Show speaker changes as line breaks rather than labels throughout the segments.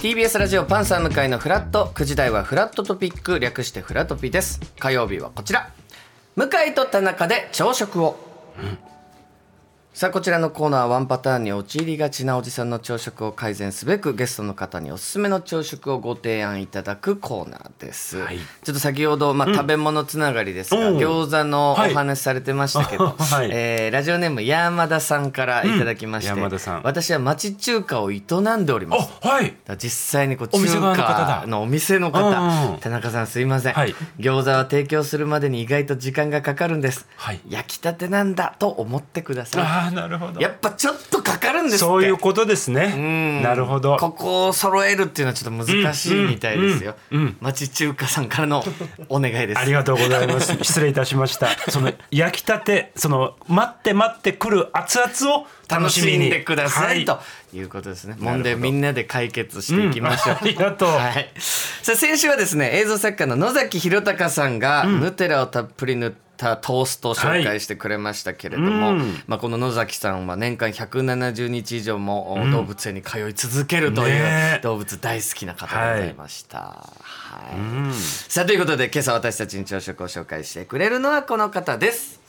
TBS ラジオパンサー向かいのフラット9時台はフラットトピック略してフラトピです火曜日はこちら向井と田中で朝食を、さあこちらのコーナーはワンパターンに陥りがちなおじさんの朝食を改善すべくゲストの方におすすめの朝食をご提案いただくコーナーです、
はい
ちょっと先ほど、まあ食べ物つながりですが、
うん
餃子のお
はい
話されてましたけど、
は い
えーラジオネーム山田さんからいただきまして、
うん山田さん
私は町中華を営んでおります
あはい
だから実際にこう
お
中
店側の方だ
華のお店の方
うんうん
田中さんすいません、
はい
餃子は提供するまでに意外と時間がかかるんです、
はい
焼きたてなんだと思ってくださ
ああなるほど
いやっぱちょっとかかるんですって
そういうことです
うん
ねなるほど
ここを揃えるっていうのはちょっと難しいみたいですよ、
うんうんうん
町中華さんからのお願いです
ありがとうござい ます。失礼いたしました。その焼きたて、その待って待ってくる熱々を楽
楽
し
し
み
み
に
にでください、
は
ということですね。
ほど
問題みんなで解決していきましょう。
うんありがとう
はい。さあ先週はですね映像作家の野崎弘隆さんが、ヌテラをたっぷり塗ったトーストを紹介してくれましたけれども、
はいうん
まあこの野崎さんは年間170日以上も動物園に通い続けるという、
ねえ
動物大好きな方でございました。はい。さあということで今朝私たちに朝食を紹介してくれるのはこの方です。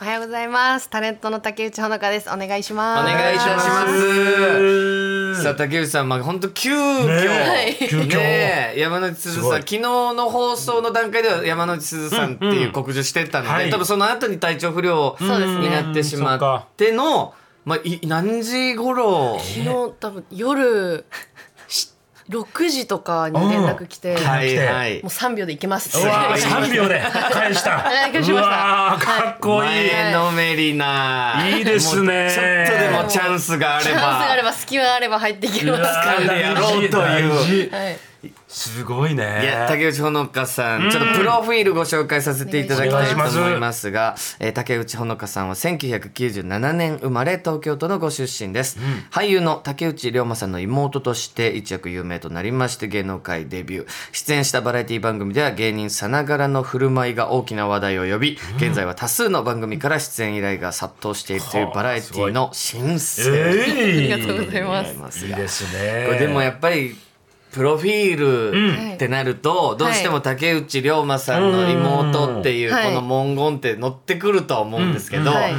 おはようございます。タレントの竹内ほのかです。お願いし
お
ます。
願いいたします。さあ竹内さんまあ本当急遽、
ね
え
急遽
ねえ山之内すずさん
すごい
昨日の放送の段階では山之内すずさんっていう告示してたので、
はい
多分その後に体調不良
そうですね
になってしまっての、まあ、い何時頃
昨日多分夜 し6時とかに連絡来て、
ん
も
はいはい。
う3秒で行けますって
う
言わ
わあ、
れ ました。
三秒で返した。
はい返し
う
ました
わあ、
はい
かっこいい。
前のめりな。
いいですね
もうちょっとでもチャンスがあ
チャ
れ
ンスがあれ
ば。
ば隙間があれば入っていけます。は
掴んでやろうという
うわあ。
い。
すごいね。
いや竹内ほのかさん、ちょっとプロフィールご紹介させていただきたいと思いますが、えー竹内ほのかさんは1997年生まれ東京都のご出身です、俳優の竹内涼真さんの妹として一躍有名となりまして芸能界デビュー出演したバラエティ番組では芸人さながらの振る舞いが大きな話題を呼び、現在は多数の番組から出演依頼が殺到しているというバラエティの新星で
ええ
ありがとうございます
ます
いい
が
ですね。
これでもやっぱりプロフィールってなると、どうしても竹内涼真さんの妹っていう
うん
この文言って乗ってくるとは思うんですけど、
うんはい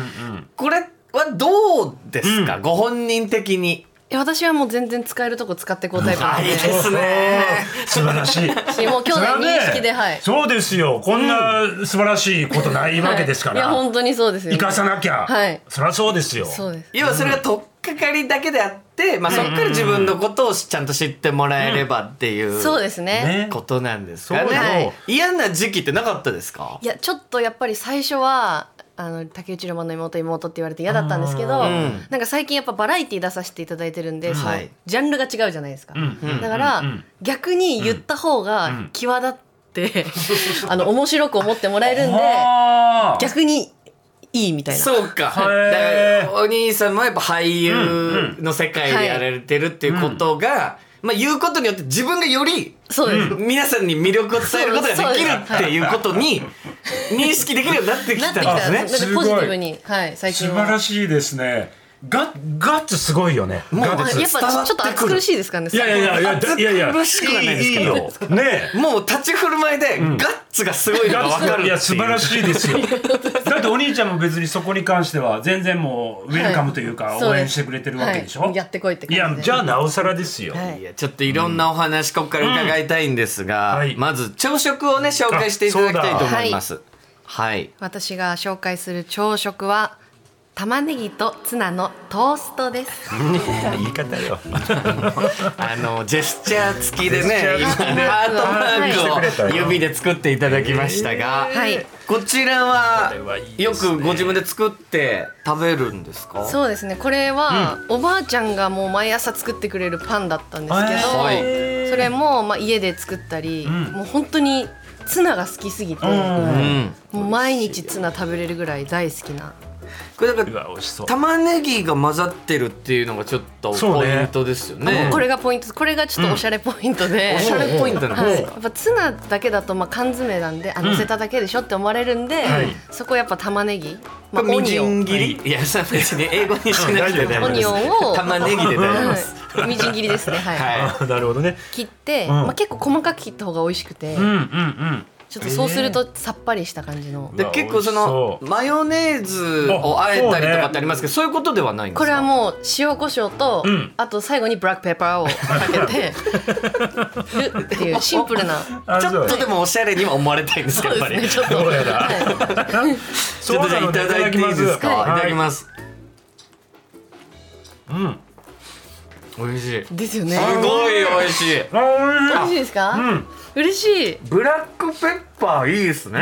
これはどうですか、ご本人的に。
いや私はもう全然使えるとこ使ってこうタイプなんで。
すね。
素晴らしい。
もう今日の認識で、はい。
そうですよ。こんな素晴らしいことないわけですから。
はいいや本当にそうですよ。
生かさなきゃ、
はい
そりゃそうですよ
そうです。
要はそれが取っかかりだけであって、まあ、そこから自分のことをちゃんと知ってもらえればっていう、
そうですね。
ことなんですかね
そうよ
はい
嫌な時期ってなかったですか
いやちょっとやっぱり最初はあの竹内涼真の妹妹って言われて嫌だったんですけど、
ん
なんか最近やっぱバラエティ出させていただいてるんで、その
はい
ジャンルが違うじゃないですか、
うんうん
だから、
うんうん
逆に言った方が際立って、あの面白く思ってもらえるんで
はあ
逆にいいみたいな
そうか。だか
へー
らお兄さんもやっぱ俳優の世界でやられてるっていうことが、まあ言うことによって自分がより
そうです、
皆さんに魅力を伝えることができるっていうことに認識できるようになってき
な
た
っ
ん
て
で
き
す
たなん
ね
か。
すご
ポ
い
ジティブに、はい、最
素
近
晴
は
らしいですねガガッツすごいよね
もう
ガッ
あ
ツ
やっぱちょっと暑苦しいですかね
いやいやいやいや
熱
いやいや
苦しくはないですけど
いいよねえ
もう立ち振る舞いでガッツがすごいのが
ガ
わか
ッ
る
ツいや素晴ら
い。
しいです よだってお兄ちゃんも別にそこに関しては全然もうウェルカムというか
はい
応援してくれてるわけでしょ、
はいやってこいって感じで
いやじゃあなおさらですよ、
はい
いやちょっといろんなお話ここから伺いたいんですが、
うんはい
まず朝食をね紹介していただきたいと思います。はい。
私が紹介する朝食は玉ねぎとツナのトーストです。
言い方 よ
あのジェスチャー付きでね
ジェ
今
スチャー付きで
ハート
ハート
マ
マークしてく
ー
れ
クを
たよ
指で作っていただきましたが、
はい
こちらは
これはいい
よ
ですね
くご自分で作って食べるんですか
そうですね。これは、おばあちゃんがもう毎朝作ってくれるパンだったんですけど、
はい
それもまあ家で作ったり、もう本当にツナが好きすぎて、
うん
うん、
もう毎日ツナ食べれるぐらい大好きな。
これだか
う
ら
わ美味しそう
玉ねぎが混ざってるっていうのがちょっと
そ
ポ
う
イ
ね
ントですよ
も
ね
うこれがポイント。これがちょっとおしゃれポイントで。
おしゃれポイントなん
は
で
い、
す
や
か、
っぱツナだけだとまあ缶詰なんであ乗せただけでしょって思われるんで、
はい
そこやっぱ玉ねぎ、ま
こ
あ、
れ
オ
み
ニ
じ
オン
ん切り、い、やさ別に英語にしなくて大丈夫です
オニオンを
玉ねぎで大丈夫です、
はみじん切りですねはい、
はい
あ なるほどね
切って、
うん
まあ、結構細かく切った方が美味しくて、
うんうんうん
ちょっとそうするとさっぱりした感じの、
で
うわ
結構その
美味しそ
マヨネーズをあえたりとかってありますけどそう,、いうことではないんですか
これはもう塩コショウと、
うん
あと最後にブラックペッパーをかけてるっていうシンプルな
あ
ちょっと
そう
でもおしゃれには思われたいんですか
そ
やっ
うで
ぱり、
すねちょっと、はい、
ちょっとじゃあいただいていいですか、、
はい
ただきます
うん
美味しいす
ですよね
ごい美味しい
あ
嬉しいですか、
うん
嬉しい
ブラックペッパーいいですね、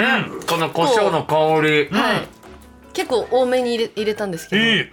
この胡椒の香り、
はい。結構多めに入れ入れたんですけど。
いい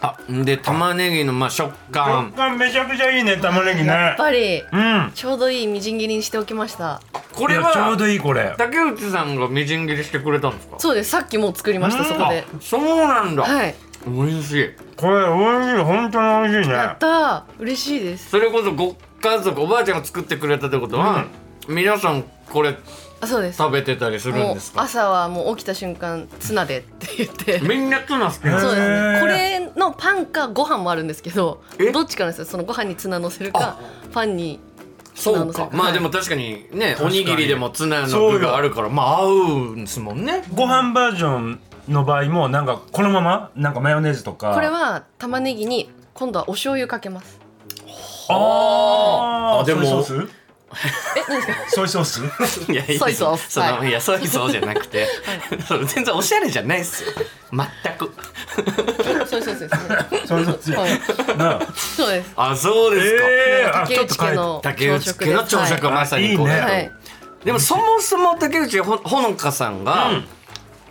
あで玉ねぎのまあ食
食
感
感めちゃくちゃいいね玉ねぎ
や
ね
っぱり
うん
ちょうどいいみじん切りにしておきました。
こ
い
れ
やちょう
は
どいいこれ
竹内さんがみじん切りしてくれたんですか
そうです。さっきもう作りました
うん
そこで。
そうなんだ、
はい。
美味しい
これ美味しい本当に美味しいね
やったー。嬉しいです。
それこそご家族おばあちゃんが作ってくれたってことは、皆さんこれ
あそうです。
食べてたりするん
もう
ですか
朝はもう起きた瞬間ツナでって言って。
みんなツナ好きなんです
そうです
へー
ね、これのパンかご飯もあるんですけど
え
どっちかなんですよそのご飯にツナのせるかパンに
そう
ツナの
か
せ
まあでも確かにねおにぎりでもツナの
そう
具
よ
があるからまあ合うんですもんね
ご飯バージョンの場合もなんかこのままなんかマヨネーズとか
これは玉ねぎに今度はお醤油かけます
あー
あでも
ソイソース
え何ですか
ソイソース
いやいや
ソイソース
その
はい
やソイソースじゃなくてそう 全然おしゃれじゃないっすよ全く
そうそうそうそう
ソイソース
はい
なあ
そうです
あそうですか、
えーあ
竹
ちょっと
内家
変え
の
竹内家の朝食は
は
まさにこれ、
いいね
はい
でもそもそも竹内ほほのかさんが、
うん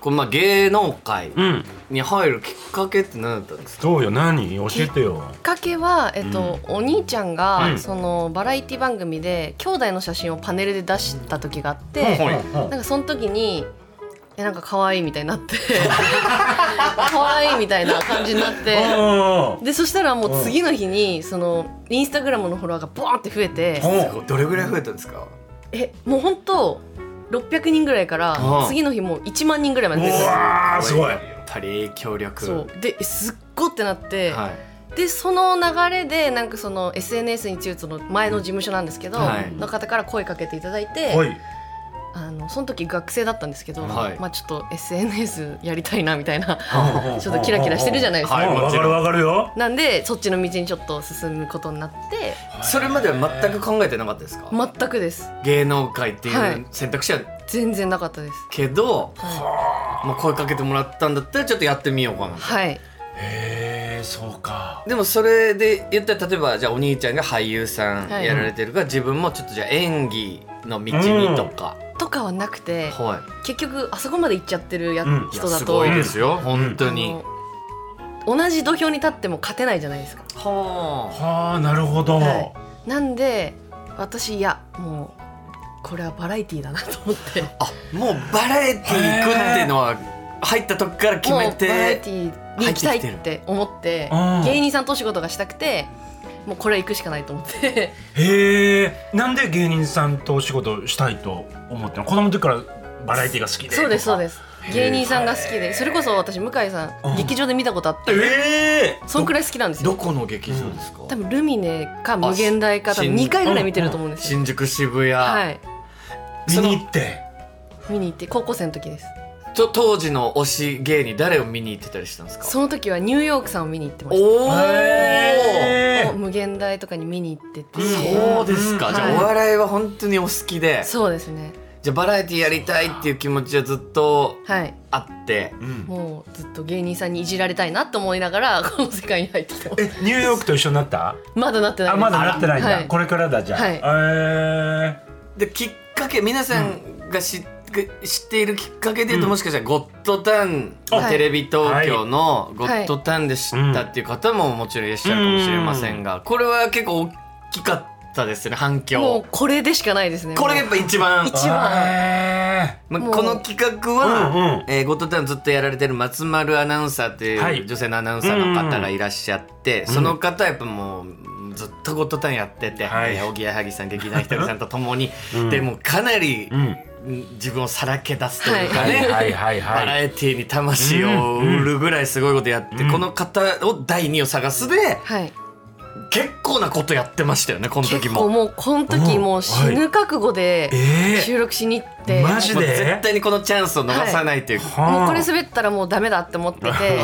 こうまあ、芸能界
うん
に入るきっかけって何だったんですか
どうよ何教えてよ
きっかけは、えっとお兄ちゃんが、
うん
そのバラエティ番組で兄弟の写真をパネルで出した時があって、
はい
なんかその時にえなんか可愛いみたいになって 可愛いみたいな感じになって
お
でそしたらもう次の日にそのインスタグラムのフォロワーがボーンって増えて
どれぐらい増えたんですか
えもう本当600人ぐらいから
うん
次の日もう1万人ぐらいまで
う
出てた
わーすごい
やっぱり協力
そうですっごってなって、
はい
でその流れでなんかその SNS に強いその前の事務所なんですけど、
はい
の方から声かけていただいて、
はい
あのその時学生だったんですけど、
はい
まあちょっと SNS やりたいなみたいな
うん
ちょっとキラキラしてるじゃないですか。
はい
うんわかるわかるよ
なんでそっちの道にちょっと進むことになって
それまでは全く考えてなかったですか、
全くです
芸能界って
は
いう
い
選択肢は
全然なかったです
けど、
は、
まあ、声かけてもらったんだったらちょっとやってみようかない
はい、
へえそうか
でもそれで言ったら例えばじゃあお兄ちゃんが俳優さん
はい
やられてるから、自分もちょっとじゃあ演技の道にとか、
とかはなくて
はい
結局あそこまで行っちゃってるや、
うん
いや
人だ
す
と
ごいですよ、本当
あ
に
の同じ土俵に立っても勝てないじゃないですか
は
はあなるほど
はなんで私いやもうこれはバラエティーだなと思って
ああもうバラエティー行くっていうのは入った時から決め
もうバラエ
て
ティーに行きたいって思って
うん
芸人さんとお仕事がしたくてもうこれは行くしかないと思って
へえなんで芸人さんとお仕事したいと思ったの子供の時からバラエティが好きで
そうですそうですす芸人さんが好きでそれこそ私向井さ
うん
ん劇場で見たことあって
ええ
そんくらい好きなんです
ど
よ
この劇場ですか、
多分ルミネか無限大か多分2回ぐらい見てると思うんですよ
新宿渋谷、
はい
見に行って
見に行って高校生の時です
と当時の推し芸人誰を見に行ってたりしたんですか
その時はニューヨークさんを見に行ってまし
おお、
た
へ
もう無限大とかに見に行ってて
そうですか、
うん
じゃあ、
はい
お笑いは本当にお好きで
そうですね
じゃあバラエティーやりたいっていう気持ちはずっと
はい
あって
うん
もうずっと芸人さんにいじられたいなと思いながら この世界に入ってきてます
えニューヨークと一緒になった
まだなってない
あ
です
まだなってないんだ、
はい
これからだじゃあ、
はい
え
できっかけ皆さんが知,、知っているきっかけで言うと、
うん
もしかしたら「ゴッドタン」
あ
テレビ東京の「ゴッドタン」で知ったっていう方ももちろんいらっしゃるかもしれませんが、これは結構大きかったですね反
もう
響
これでしかないですね
これがやっぱ一番
一番
え
まあ
もう
この企画は、
うんうん
えーゴッドタン」ずっとやられてる松丸アナウンサーって
はいいう
女性のアナウンサーの方がいらっしゃって、その方はやっぱもうずっと「ゴッドタン」やってて、
はい
えーおぎやはぎさん劇団ひとりさんと共に、
うん
でもうかなり、
うん
自分をさらけ出すというか
は
ね、
いはいはい
バラ
はい
エティーに魂を売るぐらいすごいことやって、
うん
この方を第2を探すで
はい
結構なことやってましたよねこの時
結
も
構もうこの時もう死ぬ覚悟で
ええ
収録しに行って、
マジで
もう絶対にこのチャンスを逃さないっていう、は
はあ
もうこれ滑ったらもうダメだって 思って
い
て、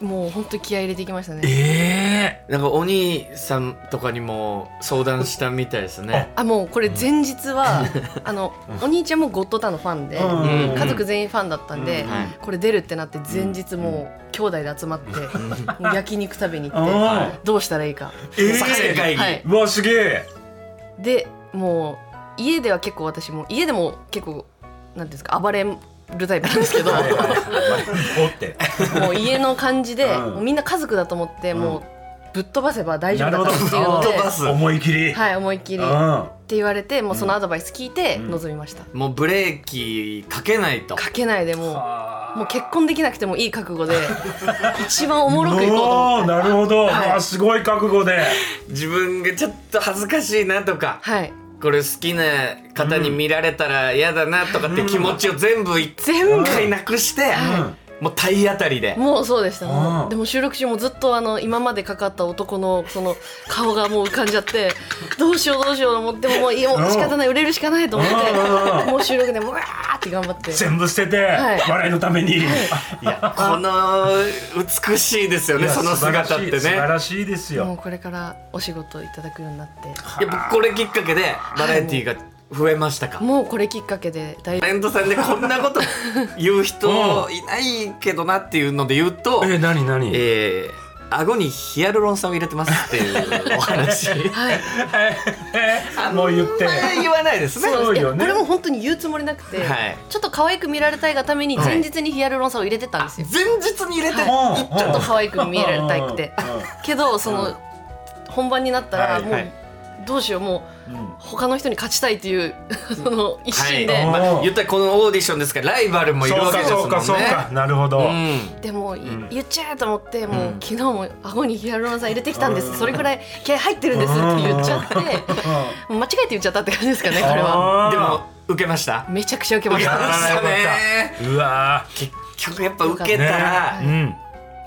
もう本当に気合い入れてきましたね。
ええ
なんかお兄さんとかにも相談したみたいですね
あもうこれ前 日はあのお兄ちゃんもゴッドタンのファンで、
うん
家族全員ファンだったんで、
うんはい
これ出るってなって前日もう兄弟で集まって、もう焼肉食べに行っ て、
あ
どうしたらいいか。
ええ
作戦会議、
はい、
うわすげえ
でもう家では結構私も家でも結構なんていうんですか暴れるタイプなんですけど
はいはい はいおって
もう家の感じで、
うん
もうみんな家族だと思って、
うん
もうぶっ飛ばせば大丈夫だからっていう
なる
の
ほ
で
ど
ぶっ飛ばす
思い切り
はい思いっきり
う
っ
ん
て言われてもうそのアドバイス聞いて
うん
臨みました、
もうブレーキかけないと
かけないでもうも
も
う結婚できなくてもいい覚 悟で一番おもろくいこうと思って
なるほど、
はい
まあすごい覚悟で
自分がちょっと恥ずかしいなとか
はい
これ好きな方に見られたら嫌だなとかって気持ちを全部一
全部
回なくして、もう体当たりで
もうそうでしたも
うん
うでも収録中もずっとあの今までかかった男のその顔がもう浮かんじゃってどうしようどうしようと思ってももういやもう仕方ない売れるしかないと思っ
うん
てもう収録でもうわーって頑張って
全部捨てて、
はい
笑いのために、
いやこの美しいですよ
い
ね
や
その姿ってね
素晴らしい素晴らしいです
も
よ
うこれからお仕事いただくようになって
いや僕これきっかけでバラエティーが増えましたか、
もうこれきっかけで大
タレントさんでこんな こと言う人いないけどなっていうので言うと、
え何何え
えー、顎にヒアルロン酸を入れてますっていうお話
はい
もう言って
言わないですね
そう
いや
よ
こ
ね
れも本当に言うつもりなくて
はい
ちょっと可愛く見られたいがために前日にヒアルロン酸を入れてたんですよ
前日に入れて
はい
いっちゃ
ちょ
っ
っと可愛く見られたいくて
うんうんうん
けどその本番になった
は
ら
い
も
は
う
い
どうしようもう
うん
他の人に勝ちたいっていう その一心で、
はい
あ
まあ、言ったらこのオーディションですからライバルもいる
そう
わけ
か
ですも
そ
ん
う
ね
かそうかなるほど、
うん
でもい、
ん
言っちゃえと思ってもう、
うん
昨日も顎にヒアルロン酸入れてきたんです、
うん
それくらい気合入ってるんですって言っちゃって、もう間違えて言っちゃったって感じですかねこれは
あー
でも受けました
めちゃくちゃ受けまし
や
受けま
ら
た
なかったうわ
結局やっぱ受けたら、
ーうん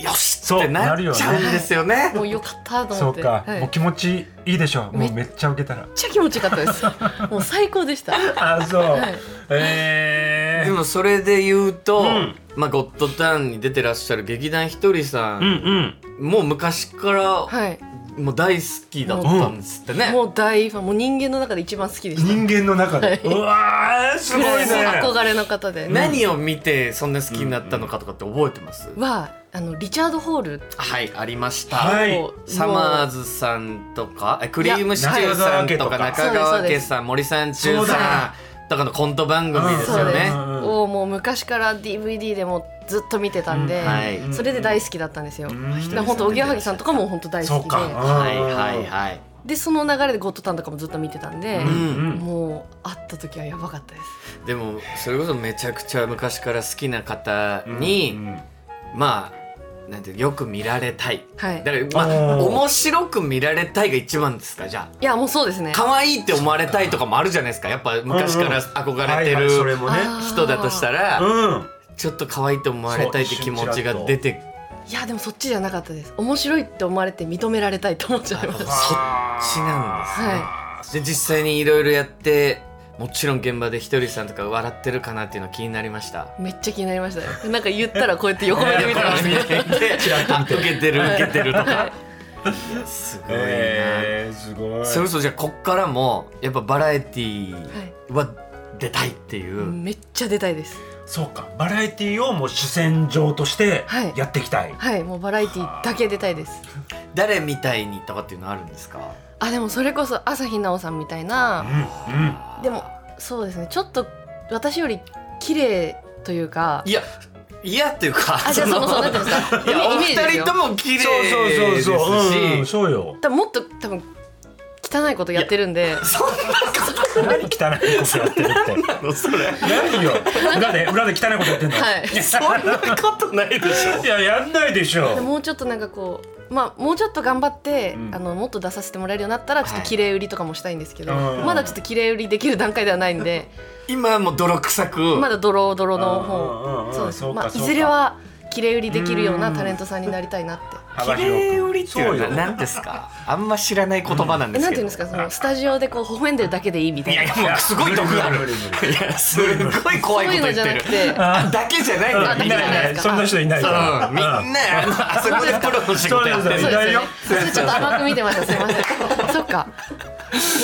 よしっ
そ
て
う
な
なる
っ
よ
ち
ね
ゃうんですよね
もうよかったと
そ
思っ
う
て
か、
はい、
も
め
う
っ
気持ちいいでしょもうめっちゃ受けたら
ちゃ気持ちよかったです もう最高でした
あそう、
はい
え
で
ー、
もそれで言うと、
うん
まあ、ゴッドタンに出てらっしゃる劇団ひとりさ、
うんん
もう昔から
はい
もう大好きだったんですってね、
もう大ファンもう人間の中で一番好きで
うん
した
人間の中で、うわーすごいね
憧れの方で、
何を見てそんな好きになったのかとかって覚えてます、
はあのリチャード・ホール
はいありました、
はい
もう
サマーズさんとかえクリームシチューさんとか
いや
中川家さん森三中
そうだ
さんとかのコント番組です
そう
よ
です、
ね。
うんうんうん
をもう昔から DVD でもずっと見てたんで、
うん
はい
それで大好きだったんですよ、
ん
だから本当おぎやはぎさんとかも本当大
そ
好
う
き
か
で
はいはいはい。
でその流れで「ゴッドタン」とかもずっと見てたんで
う、
うんん
もう会った時はやばかったです
でもそれこそめちゃくちゃ昔から好きな方に、
うん
まあなんていうよく見られたい。
はい
だからまあ
おー
面白く見られたいが一番ですかじゃあ。
いやもうそうですね
可愛いって思われたいとかもあるじゃないですか。やっぱ昔から憧れて
はいはいそれ
る
もね
あ
人だとしたら、
うん
ちょっと可愛いと思われたいって気持ちが出て
いやでもそっちじゃなかったです面白いって思われて認められたいと思っちゃいまし
そ
た
っちなんですね。
は
で実際にいろいろやってもちろん現場でひとりさんとか笑ってるかなっていうの気になりました。
めっちゃ気になりましたねなんか言ったらこうやって横目で見てました
見てみてあ受けてる受けてると か。いやすごいな。
えー、すごい
それこそじゃあこっからもやっぱバラエティーは出たいって いう。
めっちゃ出たいです
そうかバラエティーをもう主戦場として
はい
やっていきたい、
はいもうバラエティだけ出たいです
誰みたいにとかっていうのあるんですか。
あでもそれこそ朝日奈央さんみたいな
うんうん
でもそうですねちょっと私より綺麗というか
いやいやっていうか。
あじゃあそのそうなんていうんですか
いやお
イメージです
二人と
よだか
も綺麗
そう
ですし。
そうそうそう、うん、そうよ
らもっと多分汚いことやってるんで
そん
何汚いことやってるって
なのそれ。
何よ裏で裏で汚いことやってんの、
はい
そんなことないでしょ。
いややんないでし
で
ょ
もうちょっとなんかこうまあもうちょっと頑張って、
うん
あのもっと出させてもらえるようになったらちょっ
は
と
い
綺麗売りとかもしたいんですけど、
うん
まだちょっと綺麗売りできる段階ではないんで
今も泥臭く。
まだドロドロ
うんうんう
の
んう
方
ん
そうです
そうか
まあい
そうか
ずれは切れ売りできるようなタレントさんになりたいなって。
幅
綺麗売りっていう
そう
のは
よ
ななんですかあんま知らない言葉なん
え
です
なん
けど
ていうんですかそのスタジオでこう微笑んでるだけでいいみたい
い
な
やいやもうすごい毒がある
無理無理無
いやすごい怖いこと言ってる
そういうのじゃなくて
あだけじゃないんだ
あ
よみ
い
んな
ない
だけ
い
じゃ
ないい
ですか
そんな人いないから
そうみんなあのあそこでプロの仕事やってる
そうですいな
そうです
い
よ
よ
ねそれちょっと甘く見てましたすいませんそっか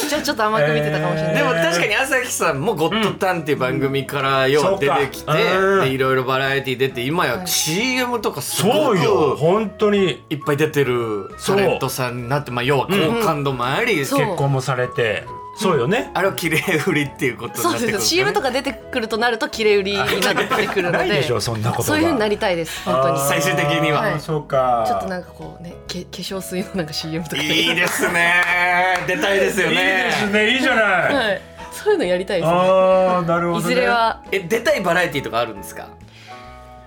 じゃあちょっと甘く見てたかもしれない、
でも
えー
確かに朝日さんも「ゴッドタン」っていう番組からよう出てきて
そうかうん
でいろいろバラエティー出て今や CM とかす
そ
ご
うよ
く
本当に
いっぱい出てるタレントさんになってまあ要は好感度もあり
そう
結婚もされてそうよね
あれを綺麗売りっていうことに
そう
なってく
です
る
よ CM と
か
か出てくるとなると切れ売りになってくるの
ない
で
でしょそんなこと
そういうふうになりたいです本当に
あー
最終的には
あーそうか
ちょっとなんかこうねけ化粧水のなんか CM とか
いいですね出たいですよ
いい
ね
ですねいいじゃない、
はい、そういうのやりたいですね
ああなるほど、
い
ね、
ずれは
え出たいバラエティーとかあるんですか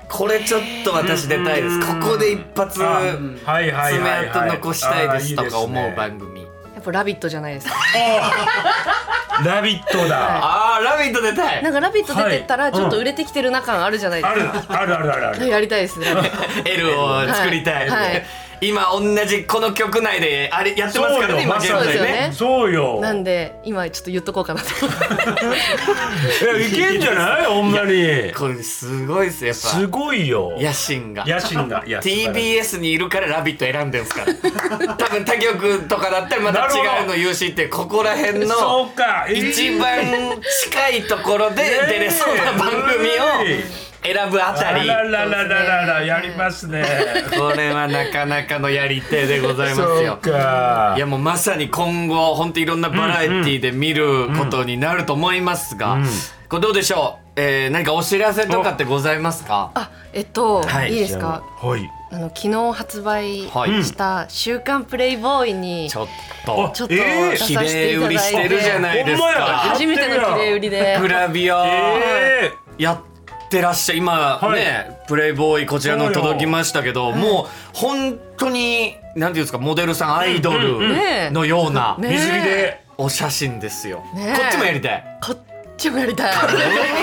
これちょっと私出たいですここで一発
あ
爪
はいはいはい
痕
はい
残したいですとか
あー
思
いいうですね
番組
やっぱ「ラビット!」じゃないですか
ラビットだ。
あーラビット出たい
なんか「ラビット!」出てった
は
ら
い
ちょっと売れてきてるな感あるじゃないで
あ
す
る
か、
あるあるあるある。
やりたいで すね
L を作りたい、
はいはい
今同じこの曲内であれやってますからね今現
そう
在
ですよ
ね
ね
そうよ。
なんで今ちょっと言っとこうか なと
えいけんじゃない？ほんまに。
これすごいですやっ
す
ぱ
ごいよ。
野心が
野心が。いや
TBS にいるから「ラビット!」選んでるんです から多分他局とかだったらまた違うの言うしってここら辺の
そうか。えー
一番近いところで出れそうな番組を選ぶあ
あ
たり
ららららららやります ね。
これはなかなかのやり手でございます
そう
よ。
か
い。やもうまさに今後本当いろんなバラエティーで見ることになると思いますが、これどうでしょう、えー、何かお知らせとかってございますか
あえっと、
はい
い、いですか
はい。
あの昨日発売
はい
した「週刊プレイボーイ」に
ちょっと
ちょっと
えー
出させ
綺
て
麗
いた
売りし
だ
て
い
るじゃ
て
ないです
ほんまや
か
初めての綺麗売り で
グラビア、
えー
やってらっしゃい今ね、
はい
プレイボーイこちらの
そうよ
届きましたけどもう本当に何ていうんですかモデルさんアイド
ん
ル
ねえ
のような
ねえ水着で
お写真ですよ、
ねえ
こっちもやりたい
こっちもやりたい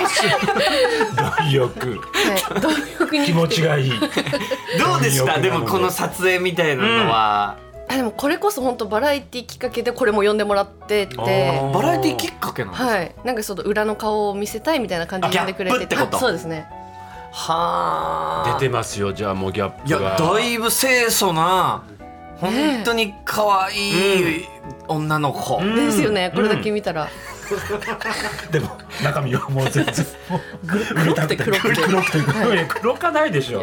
貪欲
はい貪欲に
気持ちがいい。
どうでした
貪欲なの
で
で
もこの撮影みたいなのは、
あでもこれこそ本当バラエティきっかけでこれも呼んでもらって
あー
て
バラエティきっかけなんですか、
はいなんかその裏の顔を見せたいみたいな感じで呼んでくれ
あギャ
て
ップってこと
そうですね
はあ
出てますよ。じゃあもうギャッ
い
プ
や
が。
だいぶ清楚な本当に可愛い女の子、
ん
ですよねこれだけ見たら、
でも中身はもう全然もう黒
くて黒くて
黒くて黒い黒かないでしょ。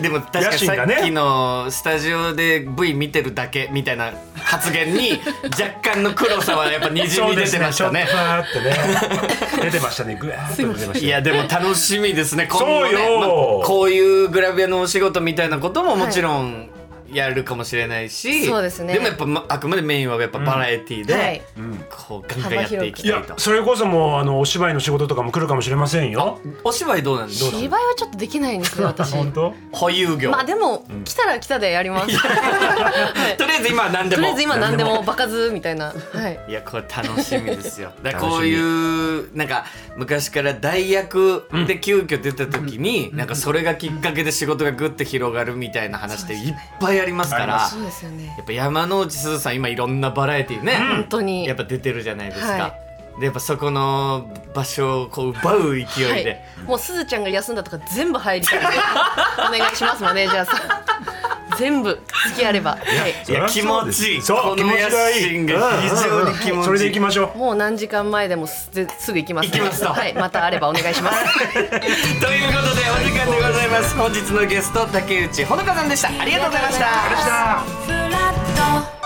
でも確か
野
に
心
さ
がね
っきのスタジオで V 見てるだけみたいな発言 に若干の黒さはやっぱにじみ出てましたね
ちょっとわーってね出てましたね。ぐわーっと出てましたね。
いやでも楽しみですね今後ね
そうよ
まあこういうグラビアのお仕事みたいなことももちろんやるかもしれないし、
そうですね
もやっぱまあくまでメインはやっぱバラエティーで、
はい
こうガンガンやっていき
い
たい
や
と
それこそもうあのお芝居の仕事とかも来るかもしれませんよ。
お芝居どうなんですか
芝居はちょっとできないんで すよ私
本当？
保有業、
まあでも、来たら来たでやりますは い
とりあえず今は何で
と
も
りあえず今何でもバカずみたいなはい
いやこれ楽しみです よだから
楽しみ
こういうなんか昔から代役で急遽出た時に、なんかそれがきっかけで仕事がぐって広がるみたいな話っていっぱいありますから
あ
そうですよね
やっぱ山之内すずさん今いろんなバラエティーね、
本当に
やっぱ出てるじゃないですか、
は
でやっぱそこの場所をこう奪う勢い で、
はい、もうすずちゃんが休んだとか全部入り たいお願いしますマネージャーさん全部好きあれば、はい、
いや
そりゃそうです
気持ちいい
そ
この
う気持ちがい
野心
い。
が非常に気持ちいい
うんうんうんそれで行きましょう。
もう何時間前でもすぜすぐ行きます、
行きますと
はいまたあればお願いします
ということでお時間でございます本日のゲスト竹内ほのかさんでしたありがとうございました
フラット